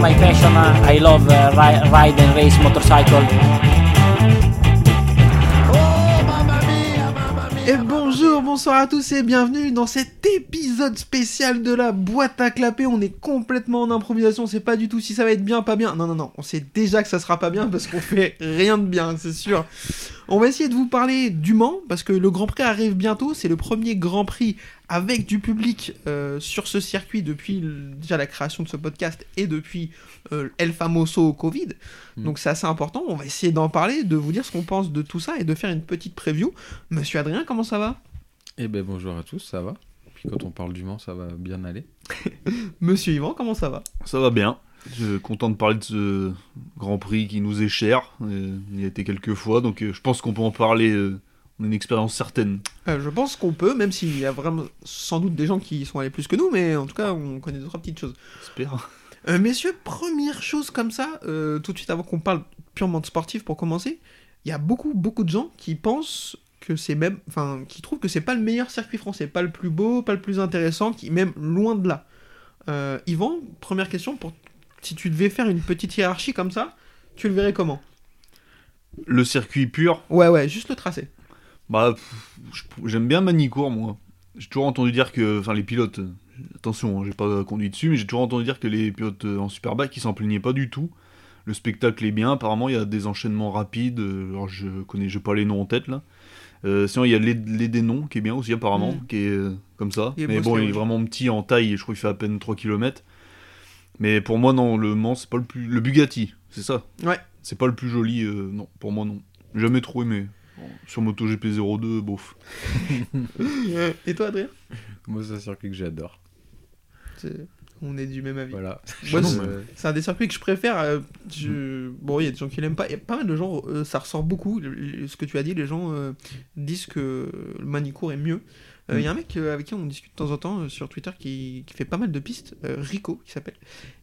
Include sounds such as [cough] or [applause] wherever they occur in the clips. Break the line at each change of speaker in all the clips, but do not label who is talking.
my passion. Uh, I love uh, ri- ride and race motorcycle.
Et bonjour, bonsoir à tous et bienvenue dans cet épisode spécial de la boîte à clapper. On est complètement en improvisation, on sait pas du tout si ça va être bien, pas bien. Non, non, non, on sait déjà que ça sera pas bien parce qu'on [laughs] fait rien de bien, c'est sûr. On va essayer de vous parler du Mans parce que le Grand Prix arrive bientôt. C'est le premier Grand Prix avec du public euh, sur ce circuit depuis le- déjà la création de ce podcast et depuis euh, El Famoso Covid. Donc c'est assez important. On va essayer d'en parler, de vous dire ce qu'on pense de tout ça et de faire une petite preview. Monsieur Adrien, comment ça va
Eh ben bonjour à tous, ça va Puis quand on parle du Mans, ça va bien aller.
Monsieur Yvan, comment ça va
Ça va bien. Je suis content de parler de ce Grand Prix qui nous est cher. Euh, il y a été quelques fois, donc euh, je pense qu'on peut en parler. euh, on a une expérience certaine.
Euh, Je pense qu'on peut, même s'il y a vraiment sans doute des gens qui sont allés plus que nous, mais en tout cas, on connaît deux trois petites choses.
J'espère.
Euh, messieurs, première chose comme ça, euh, tout de suite avant qu'on parle purement de sportif pour commencer, il y a beaucoup beaucoup de gens qui pensent que c'est même, enfin, qui trouvent que c'est pas le meilleur circuit français, pas le plus beau, pas le plus intéressant, qui même loin de là. Euh, Yvan, première question pour si tu devais faire une petite hiérarchie comme ça, tu le verrais comment
Le circuit pur,
Ouais ouais, juste le tracé.
bah, pff, je- j'aime bien Manicourt, moi. J'ai toujours entendu dire que. Enfin, les pilotes. euh, Attention, hein, j'ai pas conduit dessus, mais j'ai toujours entendu dire que les pilotes euh, en Superbike, ils s'en plaignaient pas du tout. Le spectacle est bien, apparemment, il y a des enchaînements rapides. euh, Alors, je connais, j'ai pas les noms en tête, là. Euh, sinon, il y a l'aider non, qui est bien aussi, apparemment,
Mm.
qui est euh, comme ça.
Il est
mais
beau,
bon,
ce
il est
gars,
vraiment petit en taille, et je crois qu'il fait à peine 3 km. Mais pour moi, non, le Mans, c'est pas le plus. Le Bugatti, c'est ça
Ouais.
C'est pas le plus joli, euh, non, pour moi, non. Jamais trop aimé. Bon, Sur MotoGP 02, bof.
Euh, Et toi Adrien
Moi, c'est un circuit que j'adore.
C'est- On est du même avis.
Voilà.
Moi,
Je-
c'est-
euh,
C'est un des circuits que je préfère. euh, je-
Mm.
Bon, il y a des gens qui l'aiment pas. Il y a pas mal de gens, euh, ça ressort beaucoup. le- le- Ce que tu as dit, les gens euh, disent que le Manicourt est mieux. Euh, Il y a un mec euh, avec qui on discute de temps en temps euh, sur Twitter qui, qui fait pas mal de pistes, euh, Rico qui s'appelle.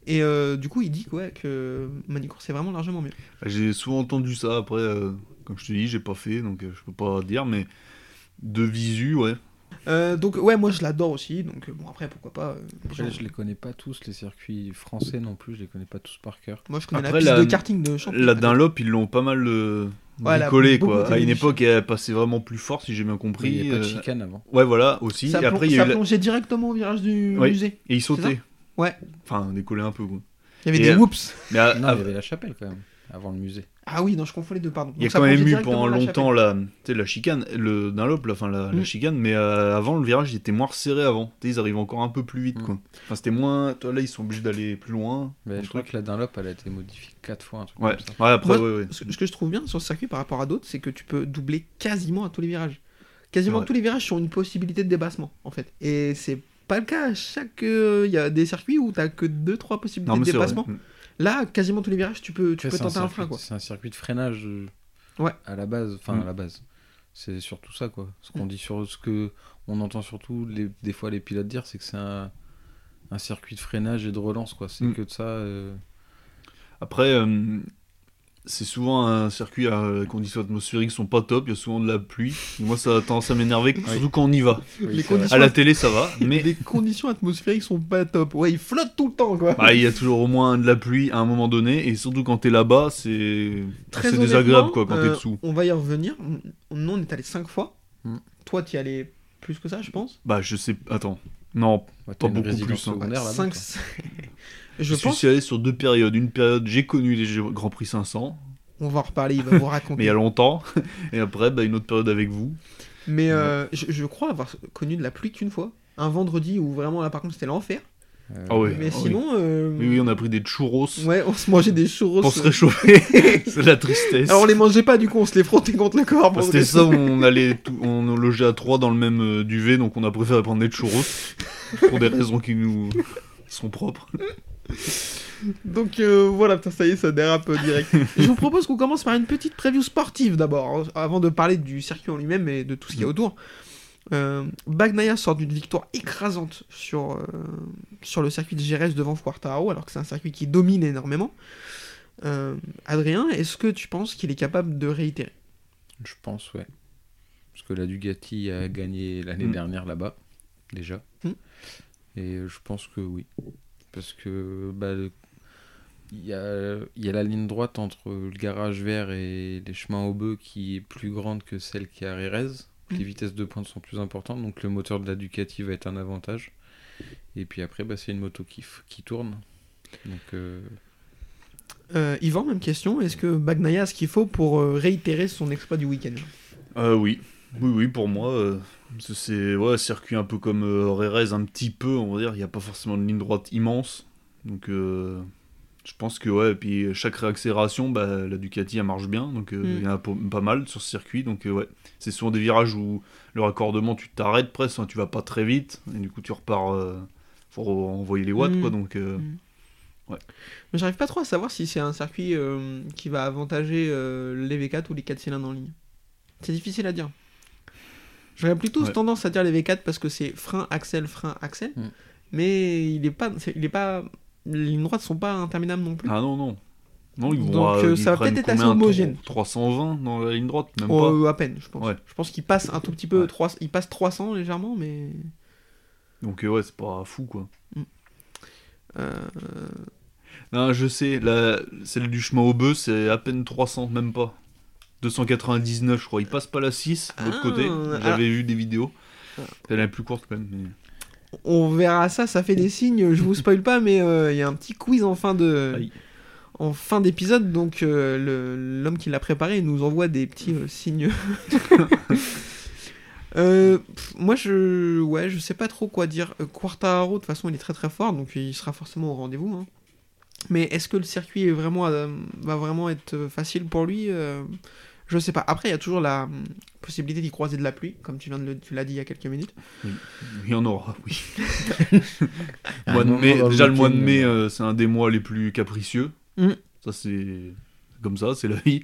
Et euh, du coup, il dit que, ouais, que Manicourt c'est vraiment largement mieux.
J'ai souvent entendu ça après, euh, comme je te dis, j'ai pas fait, donc euh, je peux pas dire, mais de visu, ouais.
Euh, donc, ouais, moi je l'adore aussi. Donc, euh, bon, après, pourquoi pas. euh, les
après,
gens-
je les connais pas tous, les circuits français non plus, je les connais pas tous par cœur.
Moi je connais la
Après,
piste
la-
de karting de champion.
La Dunlop, ils l'ont pas mal euh,
Ouais, elle a
bricolée,
beaucoup
quoi.
été
À une
modifiée.
époque, elle passait vraiment plus fort, si j'ai bien
Il
compris.
n'y a pas de
euh,
chicane avant.
Ouais, voilà, aussi.
Ça,
et après,
plon-
il y
ça
a eu la-
plongeait directement au virage du
Oui.
musée.
Et ils sautaient.
Ouais.
Enfin, décoller un peu, quoi.
Il y avait
Et,
des
euh,
whoops.
Mais à-
Non,
à-
il y avait la chapelle quand même, avant le musée.
Ah oui, non, je confonds les deux, pardon.
il y a
Donc ça
quand même
plongeait
eu
directement
pendant
dans la
longtemps la, tu sais, la chicane, le Dunlop, la, enfin, la, la
Mm.
chicane, mais euh, avant, le virage, il était moins resserré avant. Tu sais, ils arrivaient encore un peu plus vite,
Mm.
quoi. Enfin, c'était moins. Toi, là, ils sont obligés d'aller plus loin.
Mais
dans
je
le
crois
truc.
que la Dunlop, elle a été modifiée quatre fois, un truc
Ouais,
comme ça.
ouais,
Moi,
après, ouais, ouais.
chapelle. Ce que- Ce que je trouve bien sur ce circuit par rapport à d'autres, c'est que tu peux doubler quasiment à tous les virages. Quasiment
Ouais.
tous les virages sont une possibilité de dépassement, en fait. Et c'est pas le cas à chaque. euh, Il y a des circuits où t'as que 2-3 possibilités
Non, mais
de
c'est vrai. Mm.
dépassement. Là, quasiment tous les virages, tu peux, tu
Après,
peux
c'est un
tenter un
circuit-
frein, quoi.
C'est un circuit de freinage. euh,
Ouais.
À la base, enfin
Mm.
à la base. C'est surtout ça quoi. Ce
Mm.
qu'on dit sur ce que on entend surtout les- des fois les pilotes dire, c'est que c'est un, un circuit de freinage et de relance quoi. C'est
Mm.
que de ça. euh,
Après, euh, c'est souvent un circuit à euh, conditions atmosphériques sont pas top, il y a souvent de la pluie. Et moi, ça a tendance
[laughs]
à m'énerver, surtout quand on y va.
Les
c'est vrai.
conditions-
À la télé,
[laughs]
ça va, mais
Les conditions atmosphériques sont pas top. Ouais, ils flottent tout le temps, quoi.
bah, il y a toujours au moins de la pluie à un moment donné, et surtout quand t'es là-bas, c'est
[laughs] Très
c'est
honnêtement,
désagréable quoi, quand t'es
euh,
dessous.
On va y revenir. On- Nous, on est allé 5 fois.
Mm.
Toi, t'y allais plus que ça, je pense.
Bah, je sais, attends, non,
bah, t'as une
beaucoup
résidence
plus, hein.
secondaire là-bas,
Cinq-
quoi.
[laughs] je
je,
pense
suis allé sur deux périodes. Une période, j'ai connu les Gé- Grands Prix 500,
On va en reparler, il va vous
[laughs] mais euh,
raconter.
il y
Mais,
a longtemps, et après, bah, une autre période avec vous.
euh, je, je crois avoir connu de la pluie qu'une fois. Un vendredi où vraiment là par contre c'était l'enfer.
Euh,
Ah ouais.
Mais
ah oui.
sinon, euh,
Oui, oui, on a pris des churros
ouais, on se mangeait des churros.
pour se réchauffer, [laughs] c'est la tristesse.
Alors on les mangeait pas du coup, on se les frottait contre le corps.
Bah,
pour se [laughs]
C'était ça,
réchauffer.
on allait tout- on logeait à trois dans le même euh, duvet, donc on a préféré prendre des churros [laughs] pour des raisons qui nous sont propres.
Donc euh, voilà, putain, ça y est, ça dérape euh, direct. je vous propose qu'on commence par une petite preview sportive d'abord, hein, avant de parler du circuit en lui-même et de tout ce qu'il y a autour. Euh, Bagnaia sort d'une victoire écrasante sur, euh, sur le circuit de Jerez devant Quartaro, alors que c'est un circuit qui domine énormément. Euh, Adrien, est-ce que tu penses qu'il est capable de réitérer
Euh, Je pense, ouais. Parce que la Dugati a gagné l'année
Mm.
dernière là-bas, déjà. euh,
Mm.
Et je pense que oui. Parce que bah, le- il y a, il y a la ligne droite entre le garage vert et les chemins au bœuf qui est plus grande que celle qui est à Rérez. Les vitesses de pointe sont plus importantes, donc le moteur de la Ducati va être un avantage. Et puis après, bah, c'est une moto qui, f- qui tourne. Donc, euh,
Euh, Yvan, même question. Est-ce que Bagnaia a ce qu'il faut pour euh, réitérer son exploit du week-end
Euh, oui. Oui, oui, pour moi, euh, c'est- c'est ouais, circuit un peu comme euh, Rérez, un petit peu, on va dire. Il n'y a pas forcément de ligne droite immense. Donc, euh, je pense que, ouais, et puis chaque réaccélération, bah, la Ducati, elle marche bien. Donc, euh,
Mm.
il y en a po- pas mal sur ce circuit. Donc, euh, ouais, c'est souvent des virages où le raccordement, tu t'arrêtes presque, hein, tu vas pas très vite. Et du coup, tu repars. euh, pour envoyer les watts,
Mm.
quoi. Donc, euh,
Mais j'arrive pas trop à savoir si c'est un circuit euh, qui va avantager euh, les V4 ou les 4 cylindres en ligne. C'est difficile à dire. J'aurais plutôt
Ouais.
tendance à dire les V4 parce que c'est frein, axel, frein, axel.
Mm.
Mais il est pas, c'est- il est pas, les lignes droites sont pas interminables non plus.
Ah non, non. Non, ils vont
Donc,
à-
euh,
ils
ça va
prennent
peut-être être assez
combien,
homogène.
320 dans la ligne droite, même pas.
Oh, à peine, je pense.
Ouais.
Je pense qu'il passe un tout petit peu,
Ouais.
300 il passe 300 légèrement, mais.
Donc euh, ouais, c'est pas fou quoi.
Mm. euh,
Non, je sais, la... celle du chemin au bœuf, c'est à peine 300, même pas. 299, je crois. Il passe pas la 6 de l'autre
Ah,
côté.
alors-
J'avais vu des vidéos.
Ah.
Elle est la plus courte quand même. Mais...
On verra ça, ça fait des signes, je vous spoil pas, mais euh, il y a un petit quiz en fin de.
Aïe.
En fin d'épisode, donc euh, le- l'homme qui l'a préparé nous envoie des petits euh, signes. Euh, pff, moi, je, ouais, je sais pas trop quoi dire. Euh, Quartararo, de toute façon, il est très très fort, donc il sera forcément au rendez-vous. hein. Mais est-ce que le circuit est vraiment, euh, va vraiment être euh, facile pour lui Euh, Je sais pas. Après, il y a toujours la hum, possibilité d'y croiser de la pluie, comme tu viens de le, tu l'as dit il y a quelques minutes.
Il y en aura, oui.
[laughs]
à
Mois
un
de
moment
mai,
dans
déjà, le mois de
week-end,
mai,
euh,
euh, c'est un des mois les plus capricieux.
Mm.
Ça, c'est comme ça, c'est la vie.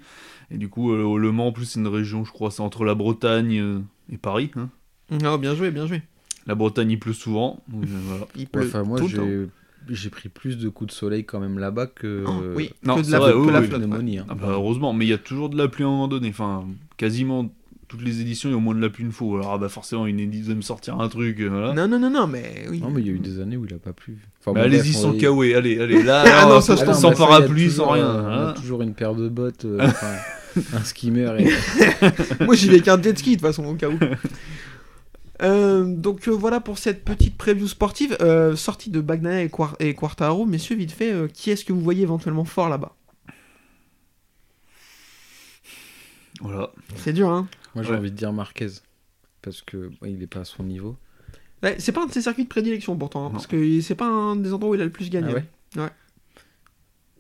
Et du coup, euh, Le Mans, en plus, c'est une région, je crois, c'est entre la Bretagne euh, et Paris. hein.
Non, bien joué, bien joué.
La Bretagne, il pleut souvent. donc, euh, voilà.
Il pleut
ouais, enfin, moi,
tout le temps.
j'ai, j'ai pris plus de coups de soleil quand même là-bas que,
Oh, oui,
non,
que de
c'est
la,
vrai,
que
oui,
de la
oui.
flotte, ouais.
pneumonie. hein.
Ah bah, heureusement, mais il y a toujours de la pluie à un moment donné. Enfin, quasiment toutes les éditions, il y a au moins de la pluie une fois. Alors, ah bah, forcément, une édition de me sortir un truc. euh, Voilà.
Non, non, non, non, mais oui.
Non, mais il y a eu des années où il a pas plu. Enfin,
Bah,
bon,
allez-y
bref, on
sans
est-
kawaii, allez, allez. Là,
[laughs] Ah
alors,
non, ça,
faut-
je
non,
pense.
sans
mais ça, il y a
parapluie,
toujours,
sans rien.
euh, on a
hein.
toujours une paire de bottes, euh, enfin, un skimmer. Et...
[laughs]
[laughs]
Moi, j'y vais qu'un jet ski, de toute façon, au cas où. Euh, donc euh, voilà pour cette petite preview sportive. Euh, sortie de Bagnaia et, Quar- et Quartaro, messieurs, vite fait, euh, qui est-ce que vous voyez éventuellement fort là-bas
Voilà.
C'est dur, hein
Moi, j'ai
Ouais.
envie de dire Marquez. Parce que bah, il est pas à son niveau.
Ouais, C'est pas un de ses circuits de prédilection pourtant, hein,
Non.
parce que c'est pas un des endroits où il a le plus gagné.
Ah ouais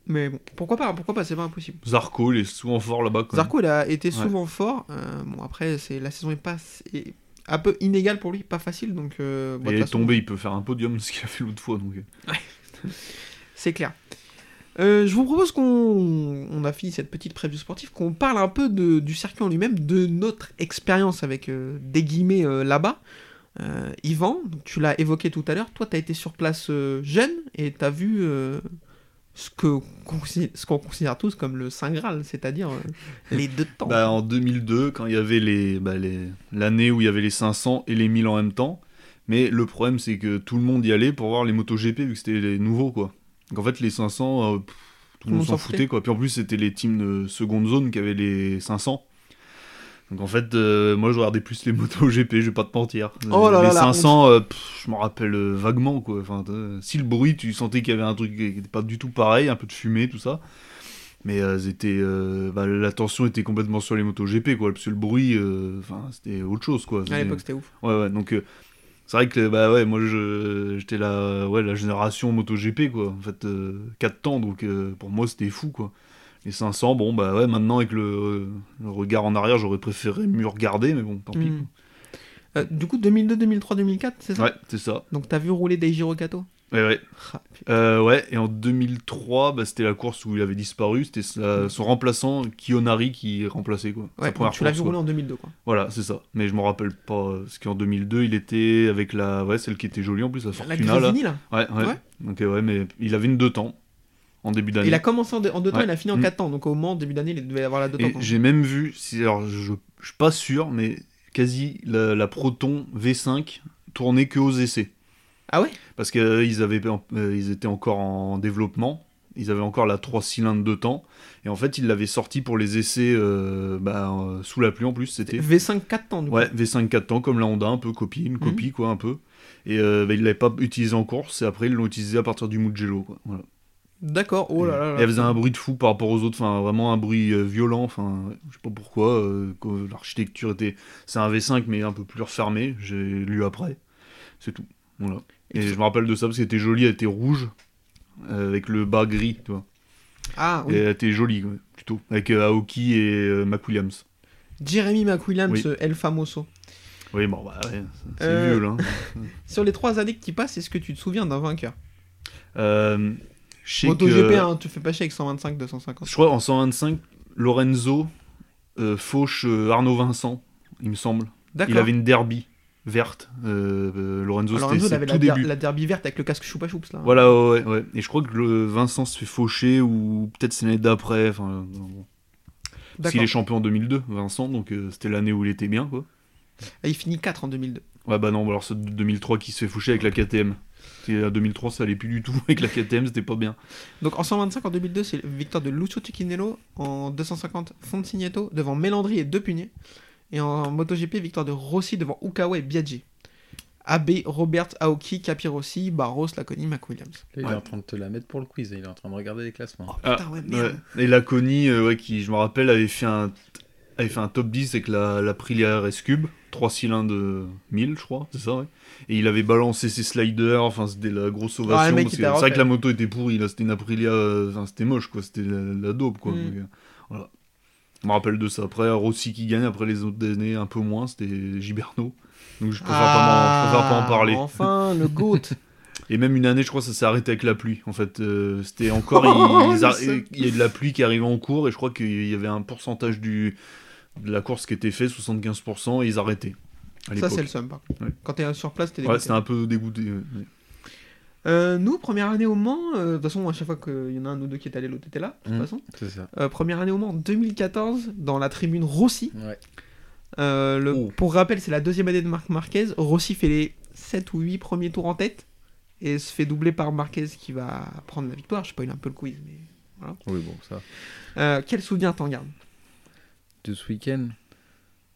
Mais bon, pourquoi pas Pourquoi pas C'est pas impossible.
Zarco, il est souvent fort là-bas. quand même.
Zarco, il a été
Ouais.
souvent fort. Euh, bon, après, c'est la saison est pas est un peu inégale pour lui, pas facile, donc. euh, bon, de
Et
toute façon-
tombé, il peut faire un podium, ce qu'il a fait l'autre fois. Donc... euh.
C'est clair. Euh, je vous propose qu'on on a fini cette petite preview sportive, qu'on parle un peu de- du circuit en lui-même, de notre expérience avec euh, des guillemets euh, là-bas. Euh, Yvan, donc tu l'as évoqué tout à l'heure, toi tu as été sur place euh, jeune et tu as vu euh, ce que consi- ce qu'on considère tous comme le Saint Graal, c'est-à-dire euh, les deux temps.
Bah, en 2002, quand il y avait les, bah, les- l'année où il y avait les 500 et les 1000 en même temps. Mais le problème, c'est que tout le monde y allait pour voir les motos GP vu que c'était les nouveaux, quoi. Donc en fait, les 500, euh, pff, tout le monde s'en foutait, quoi. Puis en plus, c'était les teams de seconde zone qui avaient les 500. Donc en fait, euh, moi, je regardais plus les [laughs] motos GP, je vais pas te mentir. Euh,
Oh là
les
là là,
500, euh, pff, je m'en rappelle euh, vaguement, quoi. Enfin, t'as- si le bruit, tu sentais qu'il y avait un truc qui était pas du tout pareil, un peu de fumée, tout ça. Mais euh, c'était, euh, bah, la tension était complètement sur les motos GP, quoi. Parce que le bruit, euh, enfin, c'était autre chose, quoi.
à
C'était-
l'époque c'était ouf.
Ouais, ouais. Donc, euh, c'est vrai que, bah ouais, moi, je, j'étais la, euh, ouais, la génération moto GP, quoi. En fait, 4 temps, donc euh, pour moi, c'était fou, quoi. Les 500, bon, bah ouais, maintenant, avec le, euh, le regard en arrière, j'aurais préféré mieux regarder, mais bon, tant pis.
Mm. Euh, du coup 2002, 2003, 2004, c'est ça
quoi. Ouais, c'est ça.
Donc t'as vu rouler Daijiro Kato
Ouais, ouais.
Ah, putain.
Euh, ouais, et en 2003, bah, c'était la course où il avait disparu. C'était sa- son remplaçant, Kionari, qui remplaçait, quoi. Sa
Mmh. Ouais,
première
tu l'as vu
course, quoi.
rouler en 2002 quoi.
Voilà, c'est ça. Mais je m'en rappelle pas. euh, Parce qu'en 2002, il était avec la. Ouais, celle qui était jolie en plus, la
La
Fortuna. là.
Gravini là.
Ouais, ouais.
Ouais.
Donc, euh, ouais, mais il avait une deux temps en début d'année.
Il a commencé en, deux- en deux temps,
Ouais.
il a fini en
Mm.
quatre temps. Donc au moment début d'année, il devait avoir la deux temps.
Et
quand même.
j'ai même vu, si- alors je, je suis pas sûr, mais quasi la, la Proton V5 tournait que aux essais.
Ah ouais
euh, Parce qu'ils avaient euh, ils étaient encore en développement. ils avaient encore la 3 cylindres de temps. Et en fait, ils l'avaient sorti pour les essais euh, bah, euh, sous la pluie en plus. C'était
V5 4 temps, du coup.
ouais, V5 4 temps, comme la Honda, un peu copie,
Mhm.
une copie, quoi, un peu. Et euh, bah, ils l'avaient pas utilisé en course, et après, ils l'ont utilisé à partir du Mugello. Quoi. Voilà.
D'accord, oh là là. là.
Et elle faisait un bruit de fou par rapport aux autres, enfin vraiment un bruit euh, violent, enfin ouais, je sais pas pourquoi, euh, que l'architecture était... C'est un V5 mais un peu plus refermé, j'ai lu après, c'est tout. Voilà. Et, je me rappelle de ça parce qu'elle était jolie, elle était rouge, euh, avec le bas gris, tu vois.
Ah,
Et
oui.
elle était jolie, ouais, plutôt, avec euh, Aoki et euh, McWilliams.
Jeremy McWilliams,
Oui.
El Famoso.
Oui, bon, bah ouais, c'est- c'est
Euh.
vieux là. hein.
Sur les trois années qui passent, est-ce que tu te souviens d'un vainqueur
Euh, je sais
MotoGP,
que-
hein, tu fais pas chier avec 125, 250.
Je crois en 125, Lorenzo euh, fauche euh, Arnaud Vincent, il me semble.
D'accord.
Il avait une derby verte. euh, euh, Lorenzo,
Alors,
c'était
Enzo, il
ses
avait
tout
la, der-
début.
la derby verte avec le casque choupa choups là.
Voilà, ouais, ouais, ouais. Et je crois que le Vincent se fait faucher ou peut-être c'est l'année d'après. Enfin, euh, bon. Parce qu'il
D'accord.
est champion en 2002, Vincent, donc euh, c'était l'année où il était bien, quoi.
Et il finit 4 en 2002.
Ouais, bah non, alors c'est 2003 qui se fait faucher avec la KTM. Et à 2003, ça allait plus du tout avec la KTM, c'était pas bien.
Donc en 125, en 2002, c'est victoire de Lucio Ticinello. En 250, Fonsigneto devant Mélandry et Depunier. Et en MotoGP, victoire de Rossi devant Ukawa et Biaggi. AB, Robert, Aoki, Capirossi, Barros, Laconi, McWilliams.
il
Ouais.
est en train de te la mettre pour le quiz, il est en train de regarder les classements.
Oh putain, ouais, merde.
Ah, Ouais. Et la Connie, euh, ouais, qui, je me rappelle, avait fait un, avait fait un top 10 avec la, la Aprilia RS Cube, 3 cylindres euh, 1000, je crois, c'est ça, ouais. Et il avait balancé ses sliders, enfin, c'était la grosse ovation.
Ah, le mec,
parce
il
que
t'a
c'est vrai
refait.
que la moto était pourrie, là, c'était une Aprilia, euh, enfin, c'était moche, quoi, c'était la, la dope, quoi.
Mm.
Donc, euh, voilà. Je me rappelle de ça. Après, Rossi qui gagne, après les autres années, un peu moins, c'était Giberno. Donc, je préfère, pas, m'en- je préfère pas en
Ah,
parler.
Enfin, le
[laughs]
GOAT.
Et même une année, je crois, ça s'est arrêté avec la pluie. En fait, Euh, c'était encore. ils- ils
le
ar-
seum.
Il y a de la pluie qui arrivait en cours et je crois qu'il y avait un pourcentage du, de la course qui était fait, 75%, et ils arrêtaient. à
Ça, c'est
l'époque.
le seum, par contre.
Ouais.
Quand t'es sur place, t'es
Ouais,
dégoûté.
c'était un peu dégoûté. ouais. Ouais.
Euh, nous, première année au Mans, euh, de toute façon, à chaque fois qu'il y en a un ou deux qui est allé, l'autre était là, de toute
Mm.
façon.
C'est ça.
Euh, première année au Mans, 2014, dans la tribune Rossi.
Ouais.
Euh, le-
Oh.
Pour rappel, c'est la deuxième année de Marc Marquez. Rossi fait les 7 ou 8 premiers tours en tête et se fait doubler par Marquez qui va prendre la victoire. Je spoil un peu le quiz, mais.
Oui, bon, ça.
Euh, quel souvenir t'en gardes
De ce week-end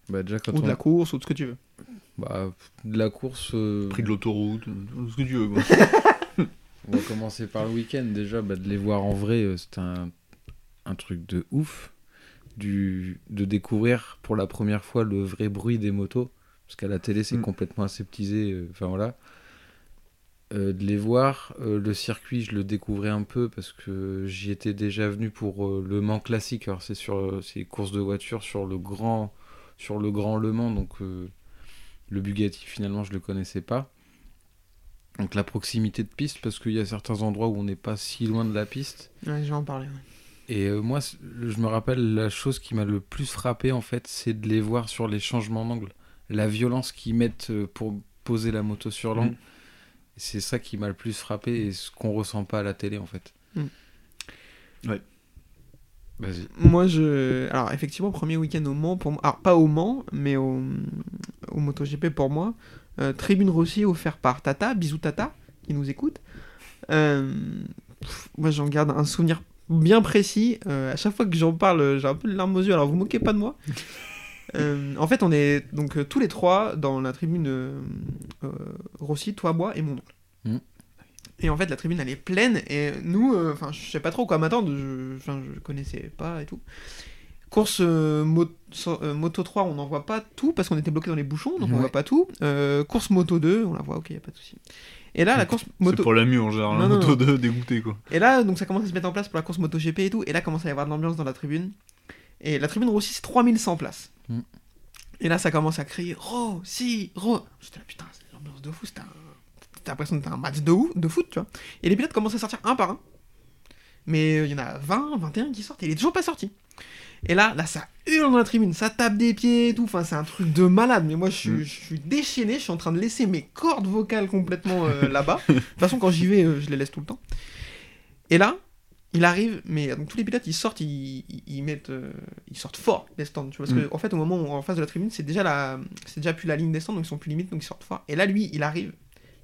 Bah, déjà quand
Ou
on.
de la course, ou de ce que tu veux.
Bah, de la course. euh,
Prix de l'autoroute, euh, ce que tu veux. quoi.
On va commencer par le week-end déjà, bah, de les voir en vrai, euh, c'est un, un truc de ouf. Du, de découvrir pour la première fois le vrai bruit des motos, parce qu'à la télé c'est
Mm.
complètement aseptisé, euh, enfin voilà. Euh, de les voir, euh, le circuit je le découvrais un peu parce que j'y étais déjà venu pour euh, le Mans classique, alors c'est sur euh, c'est les courses de voiture sur le grand sur le grand Le Mans, donc euh, le Bugatti finalement je le connaissais pas. Donc la proximité de piste, parce qu'il y a certains endroits où on n'est pas si loin de la piste.
Ouais, je vais en parler.
Et euh, moi, c- je me rappelle la chose qui m'a le plus frappé en fait, c'est de les voir sur les changements d'angle, la violence qu'ils mettent euh, pour poser la moto sur l'angle.
Mm.
C'est ça qui m'a le plus frappé et ce qu'on ressent pas à la télé en fait.
Mm.
Ouais.
Vas-y.
Moi, je. Alors, effectivement, premier week-end au Mans pour moi. Alors, pas au Mans, mais au, au MotoGP pour moi. Euh, Tribune Rossi offert par Tata. Bisous Tata, qui nous écoute. Euh, pff, Moi, j'en garde un souvenir bien précis. Euh, à chaque fois que j'en parle, j'ai un peu de larmes aux yeux. Alors, vous moquez pas de moi. Euh, en fait, on est donc euh, tous les trois dans la tribune euh, euh, Rossi, toi, moi et mon oncle.
Mhm.
Et en fait, la tribune elle est pleine et nous, euh, enfin, je sais pas trop quoi m'attendre, je, enfin, je connaissais pas et tout. Course euh, mo- so- euh, moto 3, on n'en voit pas tout parce qu'on était bloqué dans les bouchons, donc on
Ouais.
voit pas tout. Euh, course moto 2, on la voit, ok, y a pas de souci. Et là, la course moto.
C'est pour la mieux en général,
Non,
la
non,
moto
non.
2 dégoûtée quoi.
Et là, donc ça commence à se mettre en place pour la course MotoGP et tout. Et là, commence à y avoir de l'ambiance dans la tribune. Et la tribune Rossi, c'est 3100 places.
Mm.
Et là, ça commence à crier Rossi, Ro. J'étais là, putain, c'est l'ambiance de fou. c'est un- T'as l'impression que t'as un match de, ou- de foot, tu vois. Et les pilotes commencent à sortir un par un. Mais euh, il y en a 20, 21 qui sortent. Et il est toujours pas sorti. Et là, là, ça hurle dans la tribune, ça tape des pieds et tout. Enfin, c'est un truc de malade. Mais moi, je suis,
Mm.
je suis déchaîné. Je suis en train de laisser mes cordes vocales complètement euh, là-bas. De toute façon, quand j'y vais, euh, je les laisse tout le temps. Et là, il arrive, mais donc tous les pilotes ils sortent, ils, ils- ils mettent, euh, ils sortent fort des stands, tu vois, parce
Mm.
que en fait au moment où on est en face de la tribune, c'est déjà la, c'est déjà plus la ligne des stands, donc ils sont plus limites, donc ils sortent fort. Et là lui, il arrive,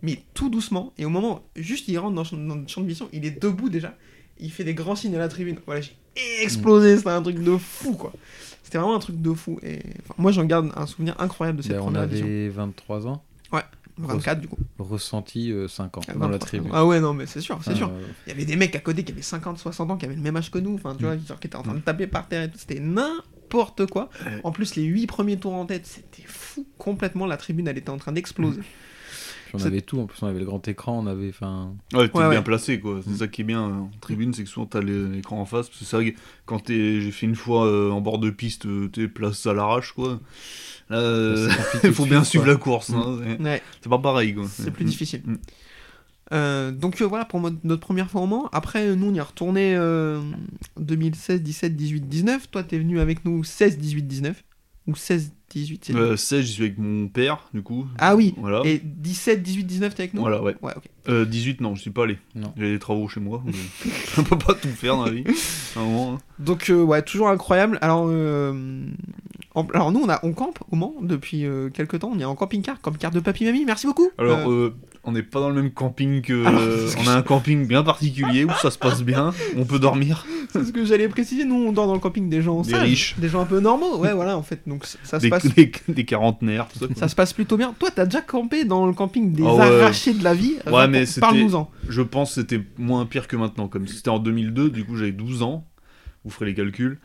mais tout doucement, et au moment juste il rentre dans, le champ- dans le champ de vision, il est debout déjà, il fait des grands signes à la tribune. Voilà, j'ai explosé,
Mm.
c'était un truc de fou, quoi. C'était vraiment un truc de fou. Et enfin, moi, j'en garde un souvenir incroyable de cette
Ben, on
première édition.
avait 23 ans,
24, du coup.
ressenti euh, 5 ans
Ah,
dans la
23,
tribune.
Ah ouais, non, mais c'est sûr, c'est
Enfin,
sûr.
euh,
Il y avait des mecs à côté qui avaient 50, 60 ans, qui avaient le même âge que nous, enfin,
Mm.
tu vois, genre, qui étaient en train de taper par terre et tout. C'était n'importe quoi.
Ouais.
En plus, les 8 premiers tours en tête, c'était fou. Complètement, la tribune, elle était en train d'exploser.
puis on
C'est-
avait tout, en plus on avait le grand écran, on avait. Enfin,
Ouais, t'es
Ouais, ouais.
bien placé, quoi. C'est
Mm.
ça qui est bien euh, en tribune, c'est que souvent t'as les- l'écran en face. Parce que c'est vrai que quand t'es, j'ai fait une fois euh, en bord de piste, euh, t'es place à l'arrache, quoi. Là, euh,
c'est compliqué
[laughs] il
de
faut bien suivre
quoi.
la course. hein, c'est-
Ouais,
C'est pas pareil, quoi.
c'est plus
Mm.
difficile.
Mm.
Euh, donc euh, voilà pour mo- notre première fois au Mans. Après, nous on y est retourné euh, 2016, 17, 18, 19. Toi t'es venu avec nous 16, 18, 19. Ou 16, 18, c'est
Euh, 16, j'y suis avec mon père, du coup.
Ah oui
Voilà.
Et 17, 18, 19 t'es avec nous
Voilà, ouais.
Ouais, ok.
Euh, 18, non, je suis pas allé.
Non.
J'ai des travaux chez moi. donc, [laughs] euh, Je peux pas tout faire
[laughs]
dans la vie. À un moment, hein.
Donc euh, ouais, toujours incroyable. Alors, euh, en- alors nous on, a, on campe au Mans depuis euh, quelques temps. On est en camping-car, camping-car de papy mamie. Merci beaucoup.
Alors,
Euh,
euh, on n'est pas dans le même camping que.
Ah non,
euh,
c'est ce que
on a un camping bien particulier où ça se passe bien, on peut dormir.
C'est ce que j'allais préciser, nous on dort dans le camping des gens
Des
sages,
riches.
des gens un peu normaux, ouais voilà en fait, donc c- ça se
Des,
passe,
des, des quarantenaires, tout ça. quoi.
ça se passe plutôt bien. Toi t'as déjà campé dans le camping des
Ah ouais.
arrachés de la vie,
Ouais,
Raconte-
mais c'était-
parle-nous-en.
Je pense que c'était moins pire que maintenant. Comme c'était en 2002, du coup j'avais 12 ans. Vous ferez
[laughs]
les calculs.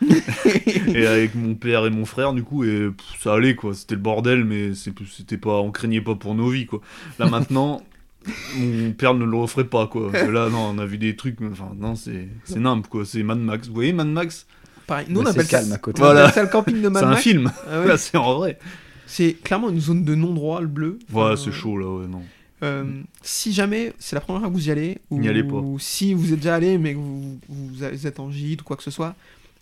et avec mon père et mon frère, du coup, et pff, ça allait quoi. C'était le bordel, mais c'est- c'était pas, on craignait pas pour nos vies quoi.
[laughs]
Là maintenant, mon père ne le referait pas quoi. Parce que Là, non, on a vu des trucs, mais enfin, non, c'est c'est nimble quoi. C'est Mad Max. Vous voyez, Mad Max,
Pareil, nous on
Mais Bah, c'est
appelle, ça,
calme à côté.
on appelle
Voilà.
ça le camping de
c'est
Mad
un
Max. [laughs]
film.
Ah ouais.
Là, [laughs] c'est en vrai.
C'est clairement une zone de non-droit, le bleu.
Voilà,
Euh,
c'est chaud là, ouais, non.
euh, si jamais c'est la première fois que vous y allez, ou
Mm. N'y allez pas.
si vous êtes déjà allé mais que vous, vous êtes en gîte ou quoi que ce soit,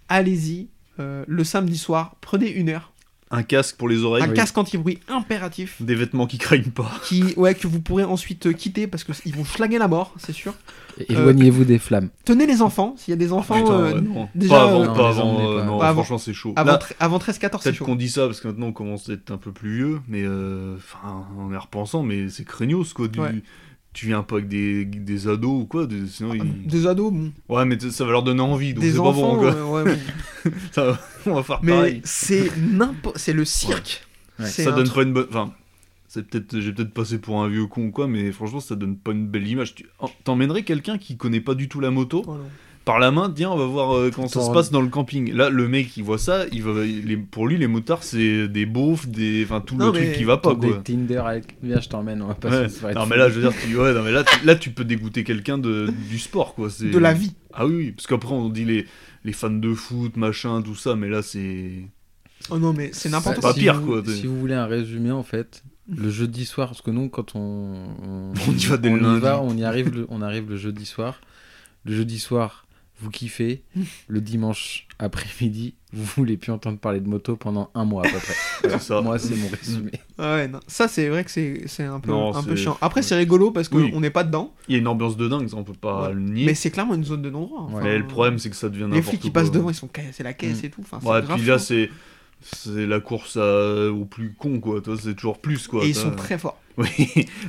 allez-y euh, le samedi soir, prenez une heure,
Un casque pour les oreilles,
un casque anti-bruit impératif.
des vêtements qui craignent pas.
qui, ouais, que vous pourrez ensuite euh, quitter parce qu'ils vont schlaguer la mort, c'est sûr.
Et- Éloignez-vous des flammes.
Tenez les enfants, s'il y a des enfants
Putain,
euh,
ouais, non.
déjà,
pas avant,
euh,
pas
Non, les
avant,
emmenez
euh,
pas.
non,
Pas avant.
franchement c'est chaud.
avant,
Là,
tre- avant 13-14, Ah, c'est
Peut-être
chaud.
qu'on dit ça parce que maintenant on commence à être un peu plus vieux, mais euh, enfin, en y repensant, mais c'est craignos quoi. Du,
Ouais. Ah,
Tu viens pas avec des, des ados ou quoi, des- sinon ils-
Des ados, bon.
Ouais, mais t- ça va leur donner envie, donc
des
c'est pas bon
enfants,
quoi.
euh, ouais, bon.
[laughs] Ça va- on va faire
Mais
pareil.
c'est n'importe. C'est le cirque.
Ouais.
C'est
Ça
un
donne
truc-
pas une bonne. Enfin, c'est peut-être, j'ai peut-être passé pour un vieux con ou quoi, mais franchement ça donne pas une belle image. Tu- en- T'emmènerais quelqu'un qui connaît pas du tout la moto
Oh non.
par la main, tiens, on va voir euh, comment ça
T'en-
se passe dans le camping. Là, le mec, il voit ça, il va, il est- pour lui, les motards, c'est des beaufs, des, enfin, tout
Non,
le
mais-
truc qui va pas,
Autour
quoi.
des Tinder avec. Viens, je t'emmène, on va passer.
Ouais.
ça va être
Non
fou.
mais là je veux dire tu, ouais, non, mais là, tu- là tu peux dégoûter quelqu'un de, du sport quoi c'est
De la vie.
ah oui oui, parce qu'après on dit les, les fans de foot machin tout ça mais là c'est
Oh non, mais c'est n'importe
Bah,
quoi.
pas
si
pire,
vous-
quoi, t'es-
Si vous voulez un résumé, en fait, le jeudi soir, parce que nous, quand on. On,
[laughs] On y va dès
on
le lundi.
va, on y arrive, le- on arrive le jeudi soir. Le jeudi soir, vous kiffez. Le dimanche après-midi, vous voulez plus entendre parler de moto pendant un mois à peu près.
c'est ça
Moi, c'est mon résumé.
Ah ouais, non. Ça, c'est vrai que c'est c'est un, peu,
Non,
un peu
c'est-
chiant. Après, c'est rigolo parce qu'on
Oui.
n'est pas dedans,
il y a une ambiance de dingue ça on peut pas
Ouais.
le nier
mais
mais,
c'est clairement une zone de non-droit. enfin,
le problème c'est que ça devient
Les
n'importe
flics qui
quoi.
passent devant, ils sont ca- c'est la caisse et tout. enfin, c'est
ouais
grave
puis là
chiant.
c'est c'est la course à- au plus con quoi toi c'est toujours plus quoi
Et ils
t'as-
sont très forts.
[laughs] oui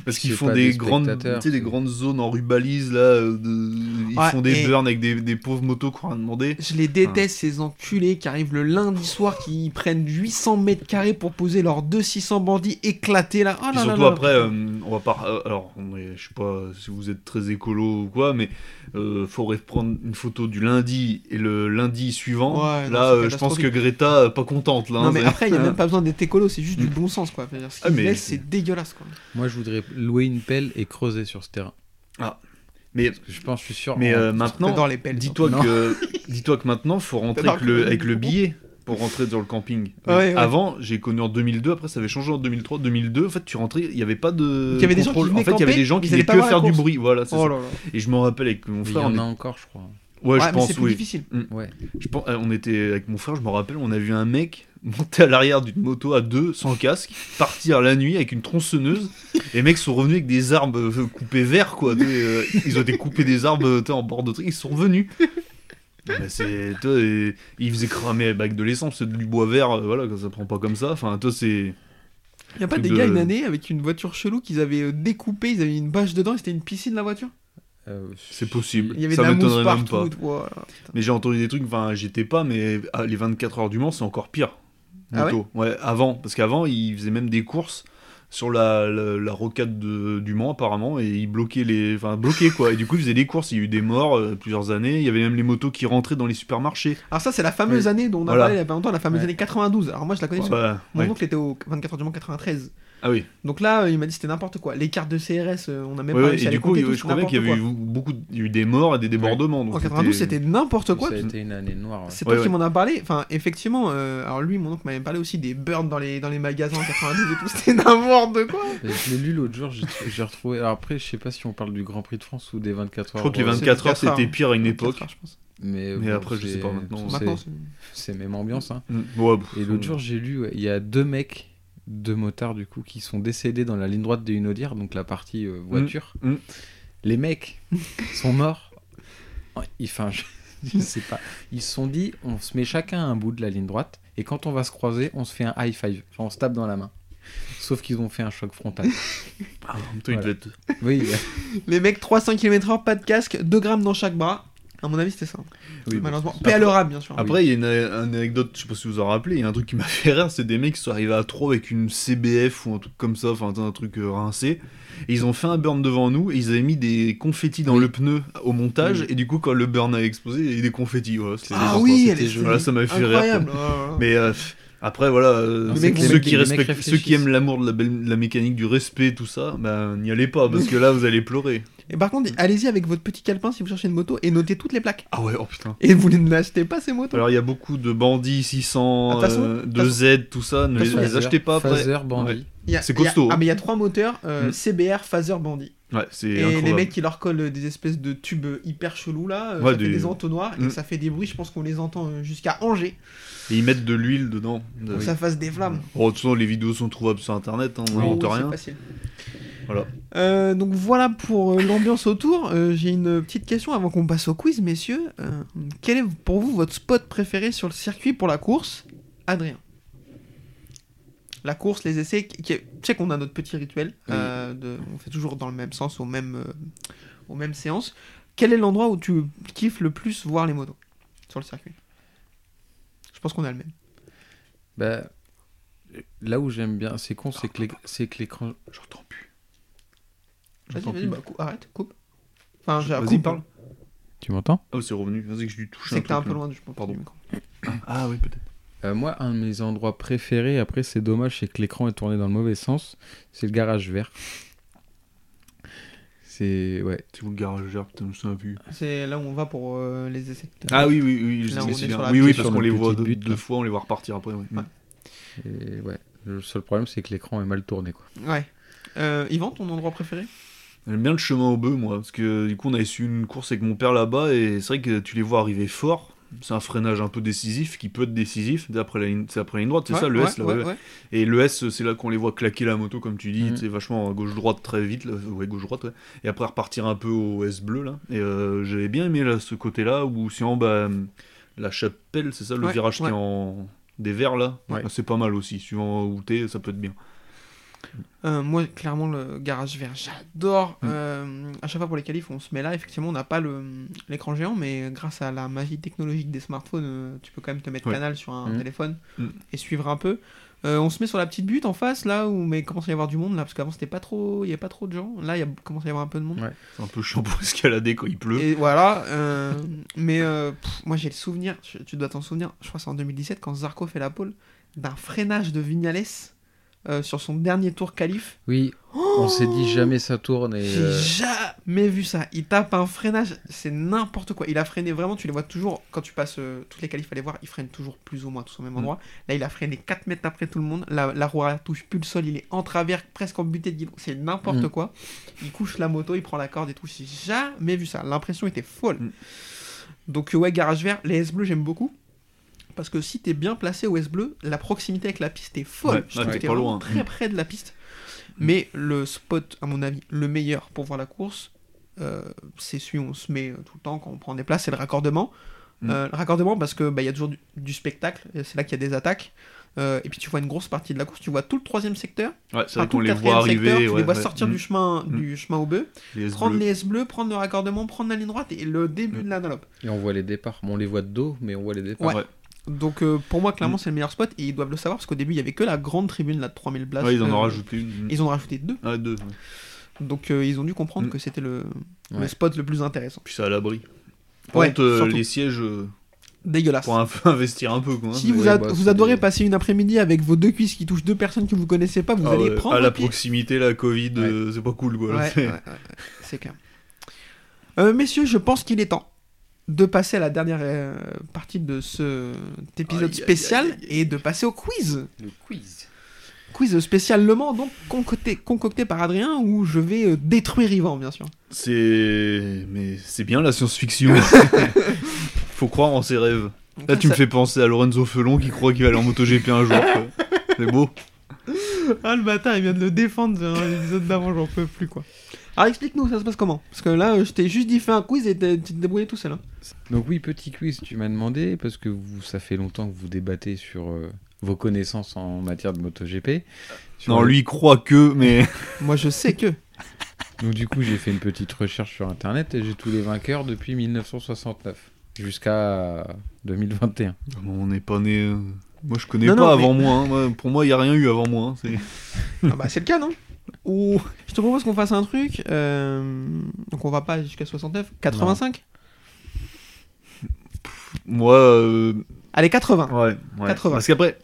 parce qu'ils
C'est
font
pas
des,
des
grandes
spectateurs,
tu sais, des
c'est-
grandes zones en rubalise là euh, de- ils
Ouais,
font des
et-
burns avec des, des pauvres motos qu'on a demandé
Je les déteste, ces enculés qui arrivent le lundi soir, qui prennent 800 mètres carrés pour poser leurs 200-600 bandits éclatés là. Oh
Et
là là
surtout
là.
après, euh, on va par... euh, alors on est- je sais pas si vous êtes très écolo ou quoi, mais euh, faudrait prendre une photo du lundi et le lundi suivant.
Ouais, non,
là,
c'est
euh, je pense
catastrophique.
que Greta euh, pas contente là.
non
hein,
mais
c'est-
après, il
[laughs]
n'y a même pas besoin d'être écolo, c'est juste du bon sens quoi. C'est-à-dire, Ce
Ah,
qu'ils
mais-
laissent, c'est dégueulasse quoi.
Moi, je voudrais louer une pelle et creuser sur ce terrain.
Mais,
Parce que je pense, je suis sûr.
mais
en-
euh,
J'adore
maintenant,
les pelles.
dis-toi
Non.
que dis-toi que maintenant faut rentrer
J'adore
avec le,
que-
avec le billet pour rentrer dans le camping.
Ouais, ouais.
Avant, j'ai connu en 2002. Après, ça avait changé en 2003, 2002. En fait, tu rentrais, il y avait pas de
Donc, il y avait des gens qui
contrôle.
venaient
en fait, il y avait
camper,
des gens
mais
qui
ils allaient
venaient
pas
que
voir la
faire du
course.
bruit. Voilà. c'est
Oh
ça.
là là.
Et je me rappelle avec mon
Mais il y
frère,
en a
on est-
encore, je crois.
ouais,
Ouais,
je
mais c'est
pense,
plus
oui.
difficile.
Ouais.
Je pense- euh, on était avec mon frère, je me rappelle, on a vu un mec monter à l'arrière d'une moto à deux, sans casque, partir la nuit avec une tronçonneuse. Les mecs sont revenus avec des arbres euh, coupés verts, quoi. tu sais, euh, ils ont été coupés des arbres euh, tu sais, en bord de truc, ils sont revenus. Ah Bah, c'est, toi, et- ils faisaient cramer la bague de l'essence, c'est du bois vert, euh, voilà, quoi, ça prend pas comme ça. Enfin, toi, c'est.
Il n'y a pas
Truc
des gars
de-
une année avec une voiture chelou qu'ils avaient euh, découpée, ils avaient mis une bâche dedans et c'était une piscine la voiture
Euh,
C'est possible.
Il y avait
ça
de la mousse
m'étonnerait même
partout.
pas.
voilà.
Mais j'ai entendu des trucs, enfin, j'étais pas, mais ah, les 24 heures du Mans, c'est encore pire.
Ah
Moto. ouais, avant. Parce qu'avant, ils faisaient même des courses sur la, la, la rocade de- du Mans, apparemment, et ils bloquaient les. Enfin, bloquaient quoi. Et du coup, ils faisaient des courses. Il y a eu des morts euh, plusieurs années. Il y avait même les motos qui rentraient dans les supermarchés.
Alors ça, c'est la fameuse
Oui.
année dont on a
Voilà.
parlé il y a pas longtemps, la fameuse
Ouais.
année 92. Alors moi, je la connais. parce que
Ouais,
Mon
ouais.
oncle était au 24 heures du Mans 93.
Ah oui.
Donc là, euh, il m'a dit c'était n'importe quoi. Les cartes de CRS, euh, on a même
Ouais,
pas
ouais,
réussi
et
à
du
les
coup,
compter, tout,
je trouvais
n'importe
qu'il y avait
quoi.
eu beaucoup, de- il y a eu des morts et des débordements. donc
En 92, c'était n'importe quoi.
Ça a été une année noire. ouais.
C'est
Ouais,
toi qui
ouais.
m'en as parlé. Enfin, effectivement, euh, alors lui, mon oncle m'avait parlé aussi des burns dans les, dans les magasins en 92 et tout. [laughs] C'était n'importe quoi.
Euh, Je l'ai lu l'autre jour, j'ai j'ai retrouvé. Alors après, je sais pas si on parle du Grand Prix de France ou des 24
Je
heures.
crois que les
euh,
24 heures,
c'est 24
c'était
heures.
pire à une époque.
24 heures, je pense.
Mais,
Mais
bon,
après, je sais
c'est-
pas maintenant.
c'est-
Maintenant, c'est-
C'est même ambiance. Hein.
Mm. Ouais, pff,
Et l'autre jour, j'ai lu, ouais, il y a deux mecs, deux motards du coup, qui sont décédés dans la ligne droite des Unodières, donc la partie euh, voiture.
Mm, mm.
Les mecs sont morts. Ils- Enfin, je, [laughs] je sais pas. Ils se sont dit, on se met chacun à un bout de la ligne droite, et quand on va se croiser, on se fait un high five. Genre, on se tape dans la main. Sauf qu'ils ont fait un choc frontal.
ah, en même temps, il
Voilà.
devait être-
Oui, ouais.
Les mecs, 300 km/h, pas de casque, 2 grammes dans chaque bras. À mon avis, c'était ça.
oui, bon.
Malheureusement. Paix à l'orable, bien sûr.
Après, il y a une, une anecdote, je sais pas si vous en rappelez, il y a un truc qui m'a [laughs] fait rire, c'est des mecs qui sont arrivés à 3 avec une CBF ou un truc comme ça, enfin un truc euh, rincé, et ils ont fait un burn devant nous, et ils avaient mis des confettis dans le pneu au montage, et du coup, quand le burn a explosé, il y a eu des confettis, voilà, c'était
Ah
des
oui,
enfants,
elle
c'était
est
joli. Voilà, ça m'avait fait rire.
incroyable. Oh,
quoi.
Ouais, ouais.
Mais euh, pff, après, voilà, euh,
Non,
c'est que les
ceux,
mecs-
qui
les mecs
respectent, ceux
réfléchissent.
qui aiment l'amour de la, belle- la mécanique, du respect, tout ça, bah, n'y allez pas, parce que là, vous allez pleurer.
Et par contre, allez-y avec votre petit calepin si vous cherchez une moto et notez toutes les plaques.
Ah ouais, oh putain.
Et vous ne l'achetez pas ces motos.
Mmh. Alors il y a beaucoup de bandits 600,
Ah, t'as
euh,
son-
de Z, tout ça, ne les,
son-
les achetez pas après.
Phaser, bandit.
Il y a-
c'est
il y a-
costaud, hein.
Ah, mais il y a trois moteurs euh,
Mm.
CBR, Phaser, Bandit.
Ouais, c'est
Et,
incroyable.
les mecs qui leur collent des espèces de tubes hyper chelous là, euh,
Ouais,
ça fait
des-
des entonnoirs et
Mm.
ça fait des bruits. Je pense qu'on les entend euh, jusqu'à Angers
Ah Et ils mettent de l'huile dedans.
pour que ça fasse des flammes.
Oh, de toute façon, les vidéos sont trouvables sur internet, hein, on
Oh,
n'invente
oui,
rien.
c'est facile.
Voilà.
Euh, donc voilà pour euh, l'ambiance autour. Euh, J'ai une petite question avant qu'on passe au quiz, messieurs. Euh, quel est pour vous votre spot préféré sur le circuit pour la course Adrien. La course, les essais. qui- qui- Tu sais qu'on a notre petit rituel.
Oui.
euh, de- on fait toujours dans le même sens, aux mêmes, euh, aux mêmes séances. Quel est l'endroit où tu kiffes le plus voir les motos sur le circuit Je pense qu'on a le même.
Bah, là où j'aime bien, c'est con, c'est que l'éc- c'est que l'écran.
J'entends plus.
Vas-y,
J'entends
vas-y,
plus.
bah, cou- arrête, coupe. Enfin, j'ai-
Vas-y,
coupe.
parle.
Tu m'entends
Ah, c'est revenu, vas-y que je lui touche
C'est que t'es un
truc, hein.
peu
là.
loin, je pense.
Pardon.
du micro.
Ah oui, peut-être.
Euh, Moi, un de mes endroits préférés, après c'est dommage, c'est que l'écran est tourné dans le mauvais sens, c'est le garage vert. C'est. Ouais.
C'est où le garage vert, putain, je me souviens plus.
C'est là où on va pour euh, les essais.
Ah oui, oui, oui, je
Là,
sais
on
pas
est
si
sur
bien.
la
Oui, oui,
petite-
parce qu'on les
sur le
voit
petit
deux,
but,
deux
là.
fois, on les voit repartir après. ouais.
Ouais.
Et ouais. Le seul problème, c'est que l'écran est mal tourné, quoi.
Ouais. Euh, Yvan, ton endroit préféré
J'aime bien le chemin au bœuf, moi, parce que du coup, on avait su une course avec mon père là-bas, et c'est vrai que tu les vois arriver fort. C'est un freinage un peu décisif, qui peut être décisif, c'est après la ligne, c'est après la ligne droite, c'est
Ouais,
ça le
ouais,
S là
ouais,
ouais.
ouais.
Et le S, c'est là qu'on les voit claquer la moto, comme tu
Mm.
dis,
Mhm.
tu sais, vachement gauche-droite très vite, là. ouais, gauche-droite, ouais. Et après repartir un peu au S bleu, là. Et euh, j'avais bien aimé là, ce côté-là, où sinon, bah, la chapelle, c'est ça, le
Ouais,
virage qui
ouais.
est en. des verts, là.
Ouais.
Ah, C'est pas mal aussi, suivant où t'es, ça peut être bien.
Euh, moi, clairement, le garage vert, j'adore.
Mm.
Euh, à chaque fois pour les qualifs, on se met là. Effectivement, on n'a pas le- l'écran géant, mais grâce à la magie technologique des smartphones, euh, tu peux quand même te mettre
Ouais.
canal sur un
Mhm.
téléphone
Mhm.
et suivre un peu. Euh, on se met sur la petite butte en face, là où mais commence à y avoir du monde, là, parce qu'avant c'était pas trop, il y avait pas trop de gens. Là, il y a commence à y avoir un peu de monde.
Ouais.
C'est un peu chiant pour [laughs] escalader quand il pleut.
Et voilà, euh, mais euh, pff, moi j'ai le souvenir, je- tu dois t'en souvenir, je crois que c'est en 2017 quand Zarco fait la pole, d'un freinage de Vignales euh, sur son dernier tour qualif.
Oui, on s'est dit jamais ça tourne et.
J'ai
euh,
jamais vu ça. Il tape un freinage, c'est n'importe quoi. Il a freiné vraiment, tu les vois toujours, quand tu passes euh, toutes les qualifs à les voir, ils freinent toujours plus ou moins tous au
Mm.
même endroit. Là, il a freiné 4 mètres après tout le monde. La, la roue arrière touche plus le sol, il est en travers, presque en butée de guidon. C'est n'importe
Mm.
quoi. Il couche la moto, il prend la corde et tout. J'ai jamais vu ça. L'impression était folle.
Mm.
Donc, euh, ouais, garage vert, les S bleus, j'aime beaucoup. Parce que si t'es bien placé au S bleu, la proximité avec la piste est folle.
Ouais,
Je
ouais,
trouve
t'es
que
pas
vraiment
loin.
Très près de la piste. Mais le spot, à mon avis, le meilleur pour voir la course, euh, c'est celui où on se met euh, tout le temps quand on prend des places, c'est le raccordement.
Mm.
Euh, le raccordement parce que bah, il y a toujours du, du spectacle, et c'est là qu'il y a des attaques. Euh, et puis tu vois une grosse partie de la course, tu vois tout le troisième secteur,
Ouais, c'est
enfin,
vrai
tout
qu'on
le
les voit
quatrième
arriver.
secteur, tu
ouais,
les vois
ouais.
sortir du
Mm.
chemin
Mm.
du chemin au bœuf,
Les S
prendre
bleus. Mm.
les S bleus, prendre le raccordement, prendre la ligne droite et le début de la Dunlop.
Et on voit les départs. Bon, on les voit de dos, mais on voit les départs.
Ouais. Donc euh, pour moi
Mm.
clairement c'est le meilleur spot et ils doivent le savoir parce qu'au début il y avait que la grande tribune là de 3000 places.
Ouais, ils en
Euh,
ont rajouté une.
Ils en ont rajouté deux,
Ah, deux. ouais.
donc euh, ils ont dû comprendre
Mm.
que c'était le, le
Ouais.
spot le plus intéressant.
Puis c'est à l'abri. Par
Ouais,
contre, euh,
surtout.
les sièges, euh,
Dégueulasse.
pour un peu [laughs] investir un peu, quoi. hein,
Si
mais-
vous,
ouais,
ad-
bah,
vous
c'est-
adorez passer une après-midi avec vos deux cuisses qui touchent deux personnes que vous connaissez pas, vous
Ah
allez
ouais,
prendre.
à la
un pied.
proximité, la Covid,
Ouais.
euh, c'est pas cool, quoi.
Ouais,
là,
ouais,
[laughs] c'est-
ouais, ouais, c'est clair. Euh, messieurs, je pense qu'il est temps de passer à la dernière euh, partie de cet épisode
Aïe, aïe,
spécial
aïe, aïe,
et de passer au quiz.
Le quiz.
Quiz spécial Le Mans, donc concocté, concocté par Adrien, où je vais euh, détruire Yvan, bien sûr.
C'est. Mais c'est bien la
[laughs]
science-fiction. [laughs] Faut croire en ses rêves.
Donc
Là,
ça,
tu me
ça-
fais penser à Lorenzo Felon qui croit qu'il va aller en MotoGP un jour.
[laughs]
quoi. C'est beau.
Ah, le bâtard, il vient de le défendre dans l'épisode d'avant, j'en peux plus, quoi. Alors explique-nous, ça se passe comment Parce que là, euh, je t'ai juste dit fais un quiz et t'es- tu te débrouillais tout seul. hein.
Donc oui, petit quiz, tu m'as demandé, parce que vous, ça fait longtemps que vous débattez sur euh, vos connaissances en matière de MotoGP. Sur
Non,
le-
lui, il croit que, mais. [laughs]
Moi, je sais que.
Donc du coup, j'ai fait une petite recherche sur Internet et j'ai tous les vainqueurs depuis 1969 jusqu'à 2021.
On n'est pas né. euh, Moi, je connais
Non,
pas
non,
avant moi. hein. Moi, Pour moi, il n'y a rien eu avant moi. hein. C'est-
[laughs]
[laughs]
Ah bah c'est le cas, non Ou je te propose qu'on fasse un truc. euh, Donc on va pas jusqu'à 69, 85
Moi, euh,
Allez 80.
ouais, ouais.
80.
Parce qu'après,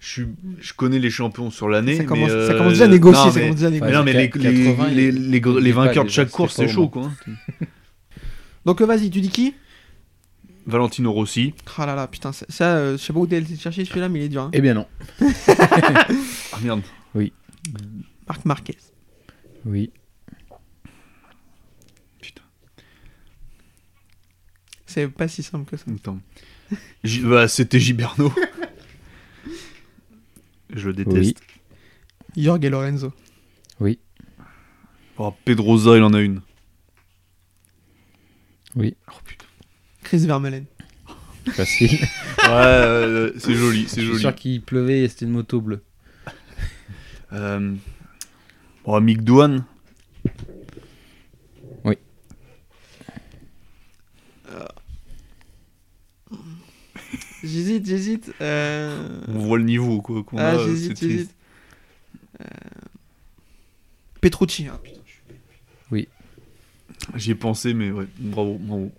je, suis... je connais les champions sur l'année.
ça,
mais,
commence, ça
euh,
commence déjà à négocier,
non,
ça
mais-
commence déjà à
mais
négocier.
non, mais les,
Ouais,
les-
80,
les- les-
il-
les
il
vainqueurs
est
de chaque
pas
course, c'est
déjà, c'est pas
chaud
au
quoi. hein.
Donc euh, vas-y, tu dis qui
Valentino Rossi.
Ah là là, putain, ça, ça, euh, je sais pas où t'es allé chercher celui-là, mais il est dur. hein.
Eh bien non.
Ah merde.
Marc Marquez.
Oui.
C'est pas si simple que ça.
[laughs]
Attends. J- bah, c'était Giberno. je le déteste.
Jorg et Lorenzo.
Oui.
Oh, Pedrosa, il en a une.
Oui.
Oh putain.
Chris Vermeulen.
Facile.
Ouais, euh,
[laughs]
c'est joli,
Je
c'est
suis
joli.
sûr qu'il pleuvait et c'était une moto bleue.
Euh, Oh, Mick Douane.
Oui.
J'hésite, j'hésite. euh,
On voit le niveau quoi. qu'on
Ah,
a, euh,
j'hésite,
c'est triste.
j'hésite. Euh, Petrucci. Ah, putain, je suis-
J'y ai pensé, mais ouais, bravo, bravo.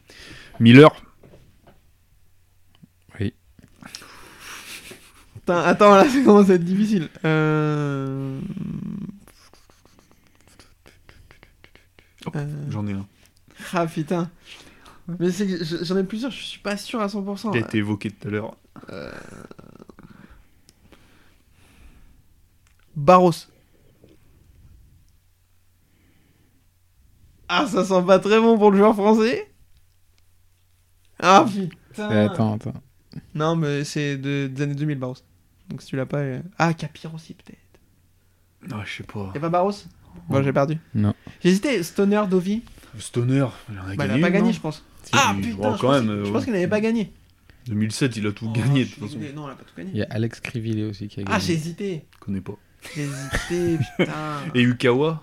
Miller.
Putain, attends, là, [laughs] ça commence à être difficile. Euh... Euh,
J'en ai un.
Ah putain. Mais c'est que je- j'en ai plusieurs, je suis pas sûr à 100%.
Il a été évoqué tout à l'heure.
Barros. Ah, ça sent pas très bon pour le joueur français. Ah putain.
Euh, attends, attends.
Non, mais c'est de- des années 2000, Barros. Donc si tu l'as pas. euh, Ah, Capir aussi, peut-être.
Ah, je sais pas.
Y'a pas Barros Bon, j'ai perdu.
Non.
J'hésitais, Stoner, Dovi.
Stoner, il en a
Bah, il
gagné.
a pas
une,
gagné,
non
je pense.
Si,
Ah
il-
putain,
bon,
je
quand
pensais-
même. euh,
je
ouais.
pense qu'il n'avait pas gagné.
2007, il a tout
Oh,
gagné
je
de toute
suis
façon.
désolé. Non, on l'a pas tout gagné.
Il y a Alex Crivillet aussi qui a gagné.
Ah, j'ai hésité.
Je connais pas.
J'ai
[laughs]
hésité, putain.
Et Ukawa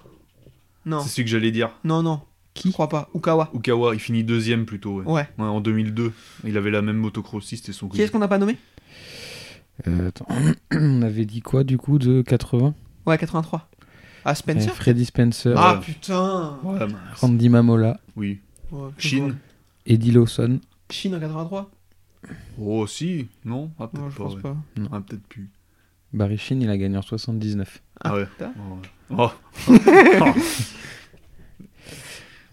Non,
C'est celui que j'allais dire.
non, non. Qui Je crois pas. Ukawa.
Ukawa, il finit deuxième plutôt, ouais.
Ouais.
Ouais, en 2002. Il avait la même motocrossiste et son
Qui est-ce
coéquipier.
qu'on n'a pas nommé
Euh, attends. [clears throat] On avait dit quoi du coup de 80
Ouais, 83. Ah,
Eh,
Spencer
Freddy Spencer,
Ah,
ouais.
putain.
Ouais, mince.
Randy Mamola,
Oui.
Ouais, je vois.
Chine
Eddie Lawson.
Chine en 83
Oh, si. Non Ah, peut-être
Non, je
pas.
pense
ouais.
pas.
Ah, peut-être plus.
Barry Sheen, il a gagné en 79.
Ah, ouais.
putain.
Oh, ouais. Oh,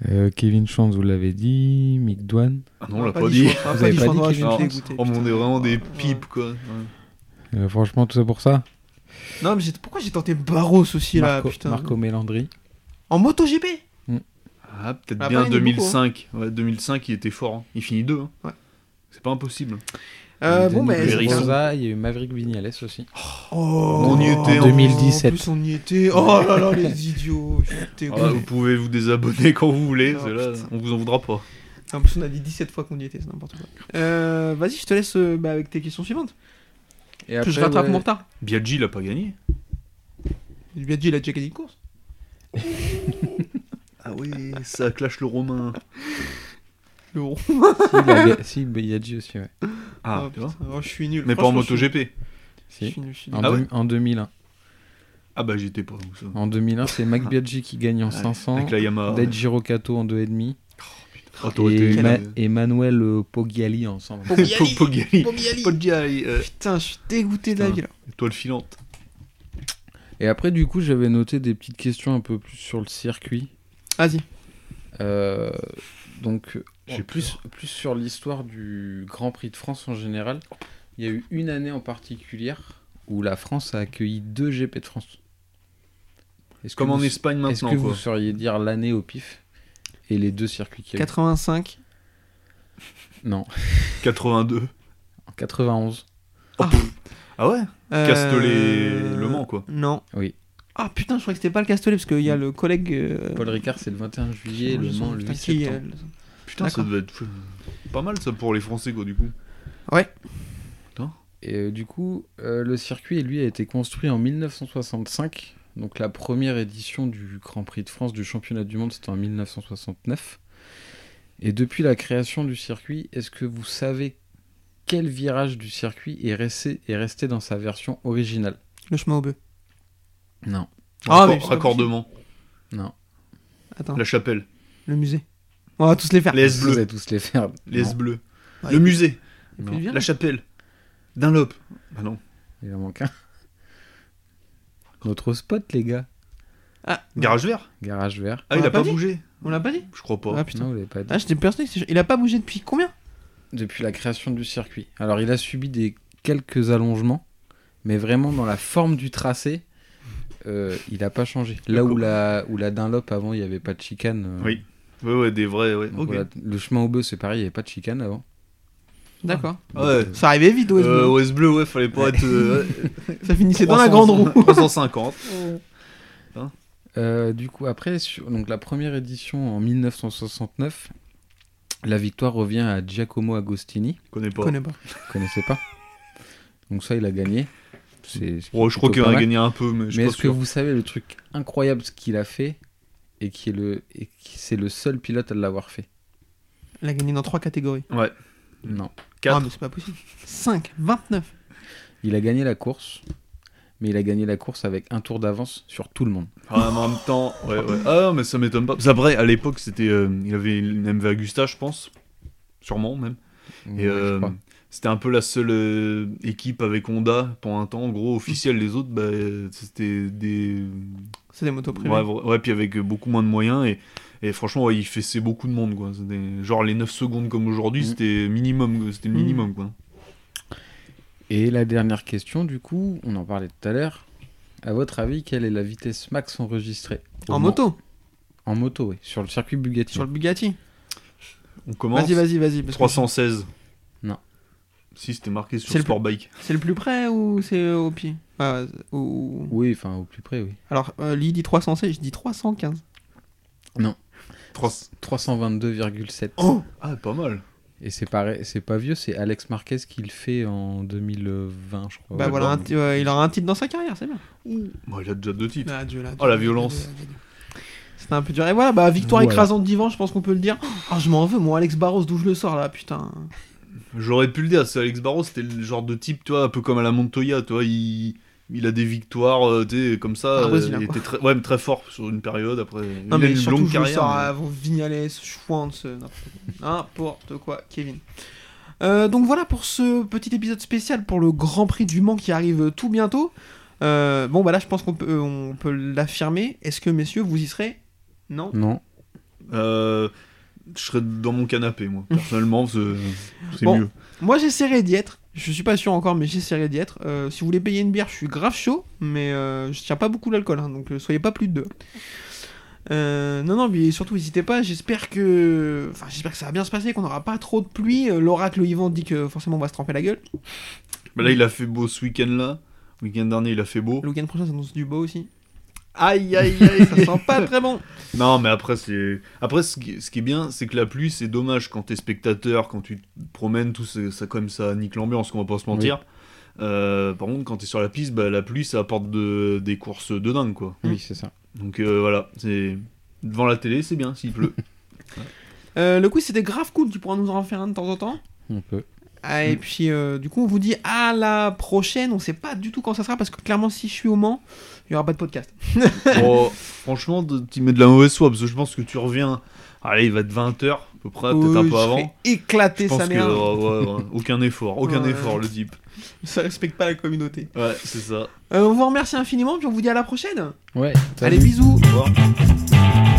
Euh, Kevin Chance, vous l'avez dit. Mick Dwan.
ah non, on l'a
Ah,
pas,
dis,
dit.
je crois-
Vous
ah,
avez
dis,
pas
je
dit
crois-
qu'il
je suis
était-
dégoûté,
Oh, mais on est
putain.
vraiment des
Ouais.
pipes, quoi. Ouais.
Euh, franchement, tout ça pour ça.
Non, mais j'ai- pourquoi j'ai tenté Barros aussi là,
Marco,
putain
Marco Melandri.
En MotoGP
Ah, peut-être
Ah,
bien
pas, il y en a beaucoup,
2005. Ouais, 2005, il était fort. hein. Il finit deux. hein.
Ouais.
C'est pas impossible.
euh,
Denis
Bon, mais.
Berry.
Pedrosa,
Hérisson.
Il y a eu Maverick Vignales aussi.
Oh,
On y était
en 2017.
En plus, on y était. Oh là là, les idiots. je suis dégoûté.
Ah, vous pouvez vous désabonner [laughs] quand vous voulez.
Ah,
c'est là,
putain.
on vous en voudra pas.
En plus, on a dit 17 fois qu'on y était, c'est n'importe quoi. Euh, Vas-y, je te laisse euh, bah, avec tes questions suivantes.
Et
que
après,
je rattrape
ouais,
mon retard.
Biaggi, il a pas gagné.
Je lui ai dit, il a déjà gagné une course.
Ah oui, ça clash le Romain.
Le rond.
Si, il a ga- si, Biaggi aussi, ouais.
Ah,
Oh,
tu vois.
putain, oh, je suis nul.
Mais pas en
Franchement, je suis-
MotoGP.
je
Si.
suis nul, je suis
En,
nul.
Ah
deux-
ouais
en 2001.
Ah bah j'étais pas donc ça.
En 2001, c'est Mac
Ah.
Biaggi qui gagne en
Ouais,
500,
Avec la Ah. Yamaha.
Daichiro Kato en 2,5
Oh, t'aurais
et,
été-
Ma- et Manuel euh, Pogiali en 120.
[laughs]
Pogiali.
Pogiali.
Pogiali.
Pogiali, euh,
Putain, je suis dégoûté de la
Putain.
vie là.
Étoile filante.
Et après, du coup, j'avais noté des petites questions un peu plus sur le circuit.
Vas-y.
Euh, donc, euh,
J'ai
plus, plus sur l'histoire du Grand Prix de France en général. Il y a eu une année en particulière où la France a accueilli deux GP de France. Est-ce que
Comme en
vous-
Espagne
Est-ce
maintenant
que
quoi.
vous sauriez dire l'année au pif et les deux circuits qu'il y a eu
85.
Non,
82.
en 91.
Ah ouais
Euh,
Castellet Le Mans quoi.
Non.
Oui.
Ah putain, je croyais que c'était pas le Castellet parce qu'il y a le collègue. euh,
Paul Ricard, c'est le 21 juillet,
putain,
Le Mans le
putain,
8
qui,
septembre.
euh,
Putain ça
D'accord.
devait être euh, pas mal ça pour les Français quoi du coup.
Et euh, du coup, euh, le circuit, lui, a été construit en 1965. Donc la première édition du Grand Prix de France du championnat du monde, c'était en 1969. Et depuis la création du circuit, est-ce que vous savez quel virage du circuit est resté, est resté dans sa version originale
le chemin au bœuf.
Non.
Ah, mais
Raccor-
c'est pas
raccordement.
Non.
Attends,
La chapelle.
le musée. On va tous les faire.
Les S
Vous
bleus.
allez tous les faire.
Les
Non,
S bleus.
Ah, Ouais,
Le musée.
il peut
non,
bien.
La chapelle. Dunlop. Bah non.
il en manque un. Notre spot, les gars.
Ah,
Garage vert.
Garage vert.
Ah
On
il
l'a
a
pas
pas
dit
bougé.
on l'a pas dit
Je crois
Ah
pas.
putain.
Non, vous l'avez pas dit.
Ah, j'étais persuadé. que c'est- Il a pas bougé depuis combien
depuis la création du circuit. Alors il a subi des quelques allongements, mais vraiment dans la forme du tracé, euh, il n'a pas changé. Là où la, où la Dunlop avant, il n'y avait pas de chicane. euh,
Oui. Ouais ouais des vrais ouais.
donc
Ok.
voilà, le chemin au bœuf, c'est pareil, il n'y avait pas de chicane avant.
D'accord.
Donc,
Ouais.
euh,
Ça arrivait vite au SBO.
Ah. Euh, OS bleu, ouais, fallait pas
[laughs]
être. euh,
Ça finissait dans la grande roue.
350.
euh, du coup, après, sur- donc, la première édition en 1969, la victoire revient à Giacomo Agostini.
Je connais pas.
Je connais pas.
Vous connaissez pas Donc ça, il a gagné. C'est- c'est
Oh, je crois
plutôt
qu'il
pas
en a
mal.
gagné un peu, mais je suis
Mais
pas
est-ce que
sûr.
vous savez le truc incroyable ce qu'il a fait et qui est le et qui- c'est le seul pilote à l'avoir fait
Elle a gagné dans trois catégories.
Ouais. Mm.
Non.
Ah,
Quatre.
mais c'est pas possible. 5, 29.
Il a gagné la course, mais il a gagné la course avec un tour d'avance sur tout le monde.
Ah, mais en même temps, ouais, ouais. Ah, non, mais ça m'étonne pas. C'est vrai, à l'époque, c'était. euh, il avait une MV Agusta, je pense. Sûrement, même.
Ouais,
Et
je
euh,
crois.
c'était un peu la seule euh, équipe avec Honda pendant un temps, en gros, officielle. Les autres, bah, euh, c'était des.
C'est des motos privées.
Ouais, vra- ouais, puis avec beaucoup moins de moyens. Et, et franchement, ouais, il fessait beaucoup de monde, quoi. C'était- Genre, les 9 secondes comme aujourd'hui,
Mm.
c'était minimum, quoi. C'était le
Mm.
minimum, quoi.
Et la dernière question, du coup, on en parlait tout à l'heure. À votre avis, quelle est la vitesse max enregistrée au
en
Mans
moto,
En moto, oui, sur le circuit Bugatti.
sur le Bugatti.
On commence.
Vas-y, vas-y, vas-y. parce que
316.
Non.
Si, c'était marqué sur
C'est le-
Sportbike.
C'est le plus près ou c'est au pied Ah, ou-
Oui, enfin au plus près, oui.
Alors, euh, lui, il dit 316, je dis 315.
3...
322,7.
Oh Ah, pas mal.
Et c'est pareil, c'est pas vieux, c'est Alex Marquez qui le fait en 2020, je crois.
bah
ouais,
voilà, un
bon.
ti- ouais, il aura un titre dans sa carrière, c'est bien.
Bon, il a déjà deux titres.
Ah, Dieu, là,
Oh, la violence.
C'était un peu dur. Et voilà, bah, victoire
Voilà.
écrasante d'Ivan, je pense qu'on peut le dire. Ah, je m'en veux, moi, Alex Barros, d'où je le sors là, putain.
J'aurais pu le dire, c'est Alex Barros, c'était le genre de type, tu vois, un peu comme à la Montoya, tu vois, il... il a des victoires, euh, tu sais, comme ça.
Un
euh,
brésilien,
il
quoi.
était très... Ouais, mais très fort sur une période, après.
Non,
il a
mais
une
surtout,
longue
je le
carrière.
sors
mais-
à vos Vignales, Schwantz, euh, n'importe quoi. n'importe quoi, Kevin. Euh, donc voilà pour ce petit épisode spécial pour le Grand Prix du Mans qui arrive tout bientôt. Euh, bon, bah là, je pense qu'on peut, on peut l'affirmer. Est-ce que, messieurs, vous y serez Non
Non.
Euh, Je serais dans mon
[laughs]
canapé, moi. Personnellement, c'est c'est
Bon.
mieux.
Moi, j'essaierai d'y être. Je suis pas sûr encore, mais j'essaierai d'y être. Euh, si vous voulez payer une bière, je suis grave chaud, mais euh, je tiens pas beaucoup l'alcool, hein, donc euh, soyez pas plus de deux. Euh, non, non, mais surtout n'hésitez pas. J'espère que, enfin, j'espère que ça va bien se passer, qu'on n'aura pas trop de pluie. Euh, L'oracle Yvan dit que forcément on va se tremper la gueule.
Bah là, il a fait beau ce week-end-là. Le week-end dernier, il a fait beau.
Le week-end prochain, ça annonce du beau aussi.
Aïe, aïe, aïe, [laughs]
Ça sent pas très bon.
Non, mais après, c'est. Après, ce qui, ce qui est bien, c'est que la pluie, c'est dommage quand t'es spectateur, quand tu te promènes, tout, c'est- ça, quand même, ça nique l'ambiance, qu'on va pas se mentir. Euh, par contre, quand t'es sur la piste, bah, la pluie, ça apporte de- des courses de dingue, quoi.
Oui, c'est ça.
Donc euh, voilà, c'est devant la télé, c'est bien
[laughs]
s'il pleut.
Euh, le quiz c'était grave cool, tu pourras nous en faire un de temps en temps.
On peut.
Ah, et puis euh, du coup on vous dit à la prochaine, on sait pas du tout quand ça sera parce que clairement si je suis au Mans, il y aura pas de podcast.
Bon, franchement, de- tu mets de la mauvaise foi parce que je pense que tu reviens. Allez, il va être 20h à peu près, Ah, peut-être
Euh,
un
je
peu
serai
avant. Je
éclaté
pense
sa
que
mère,
ouais, ouais, ouais, aucun effort, aucun
Ouais.
effort le type.
ça respecte pas la communauté.
Ouais, c'est ça.
Euh, on vous remercie infiniment, puis on vous dit à la prochaine.
Ouais.
Allez, bisous.
Au revoir.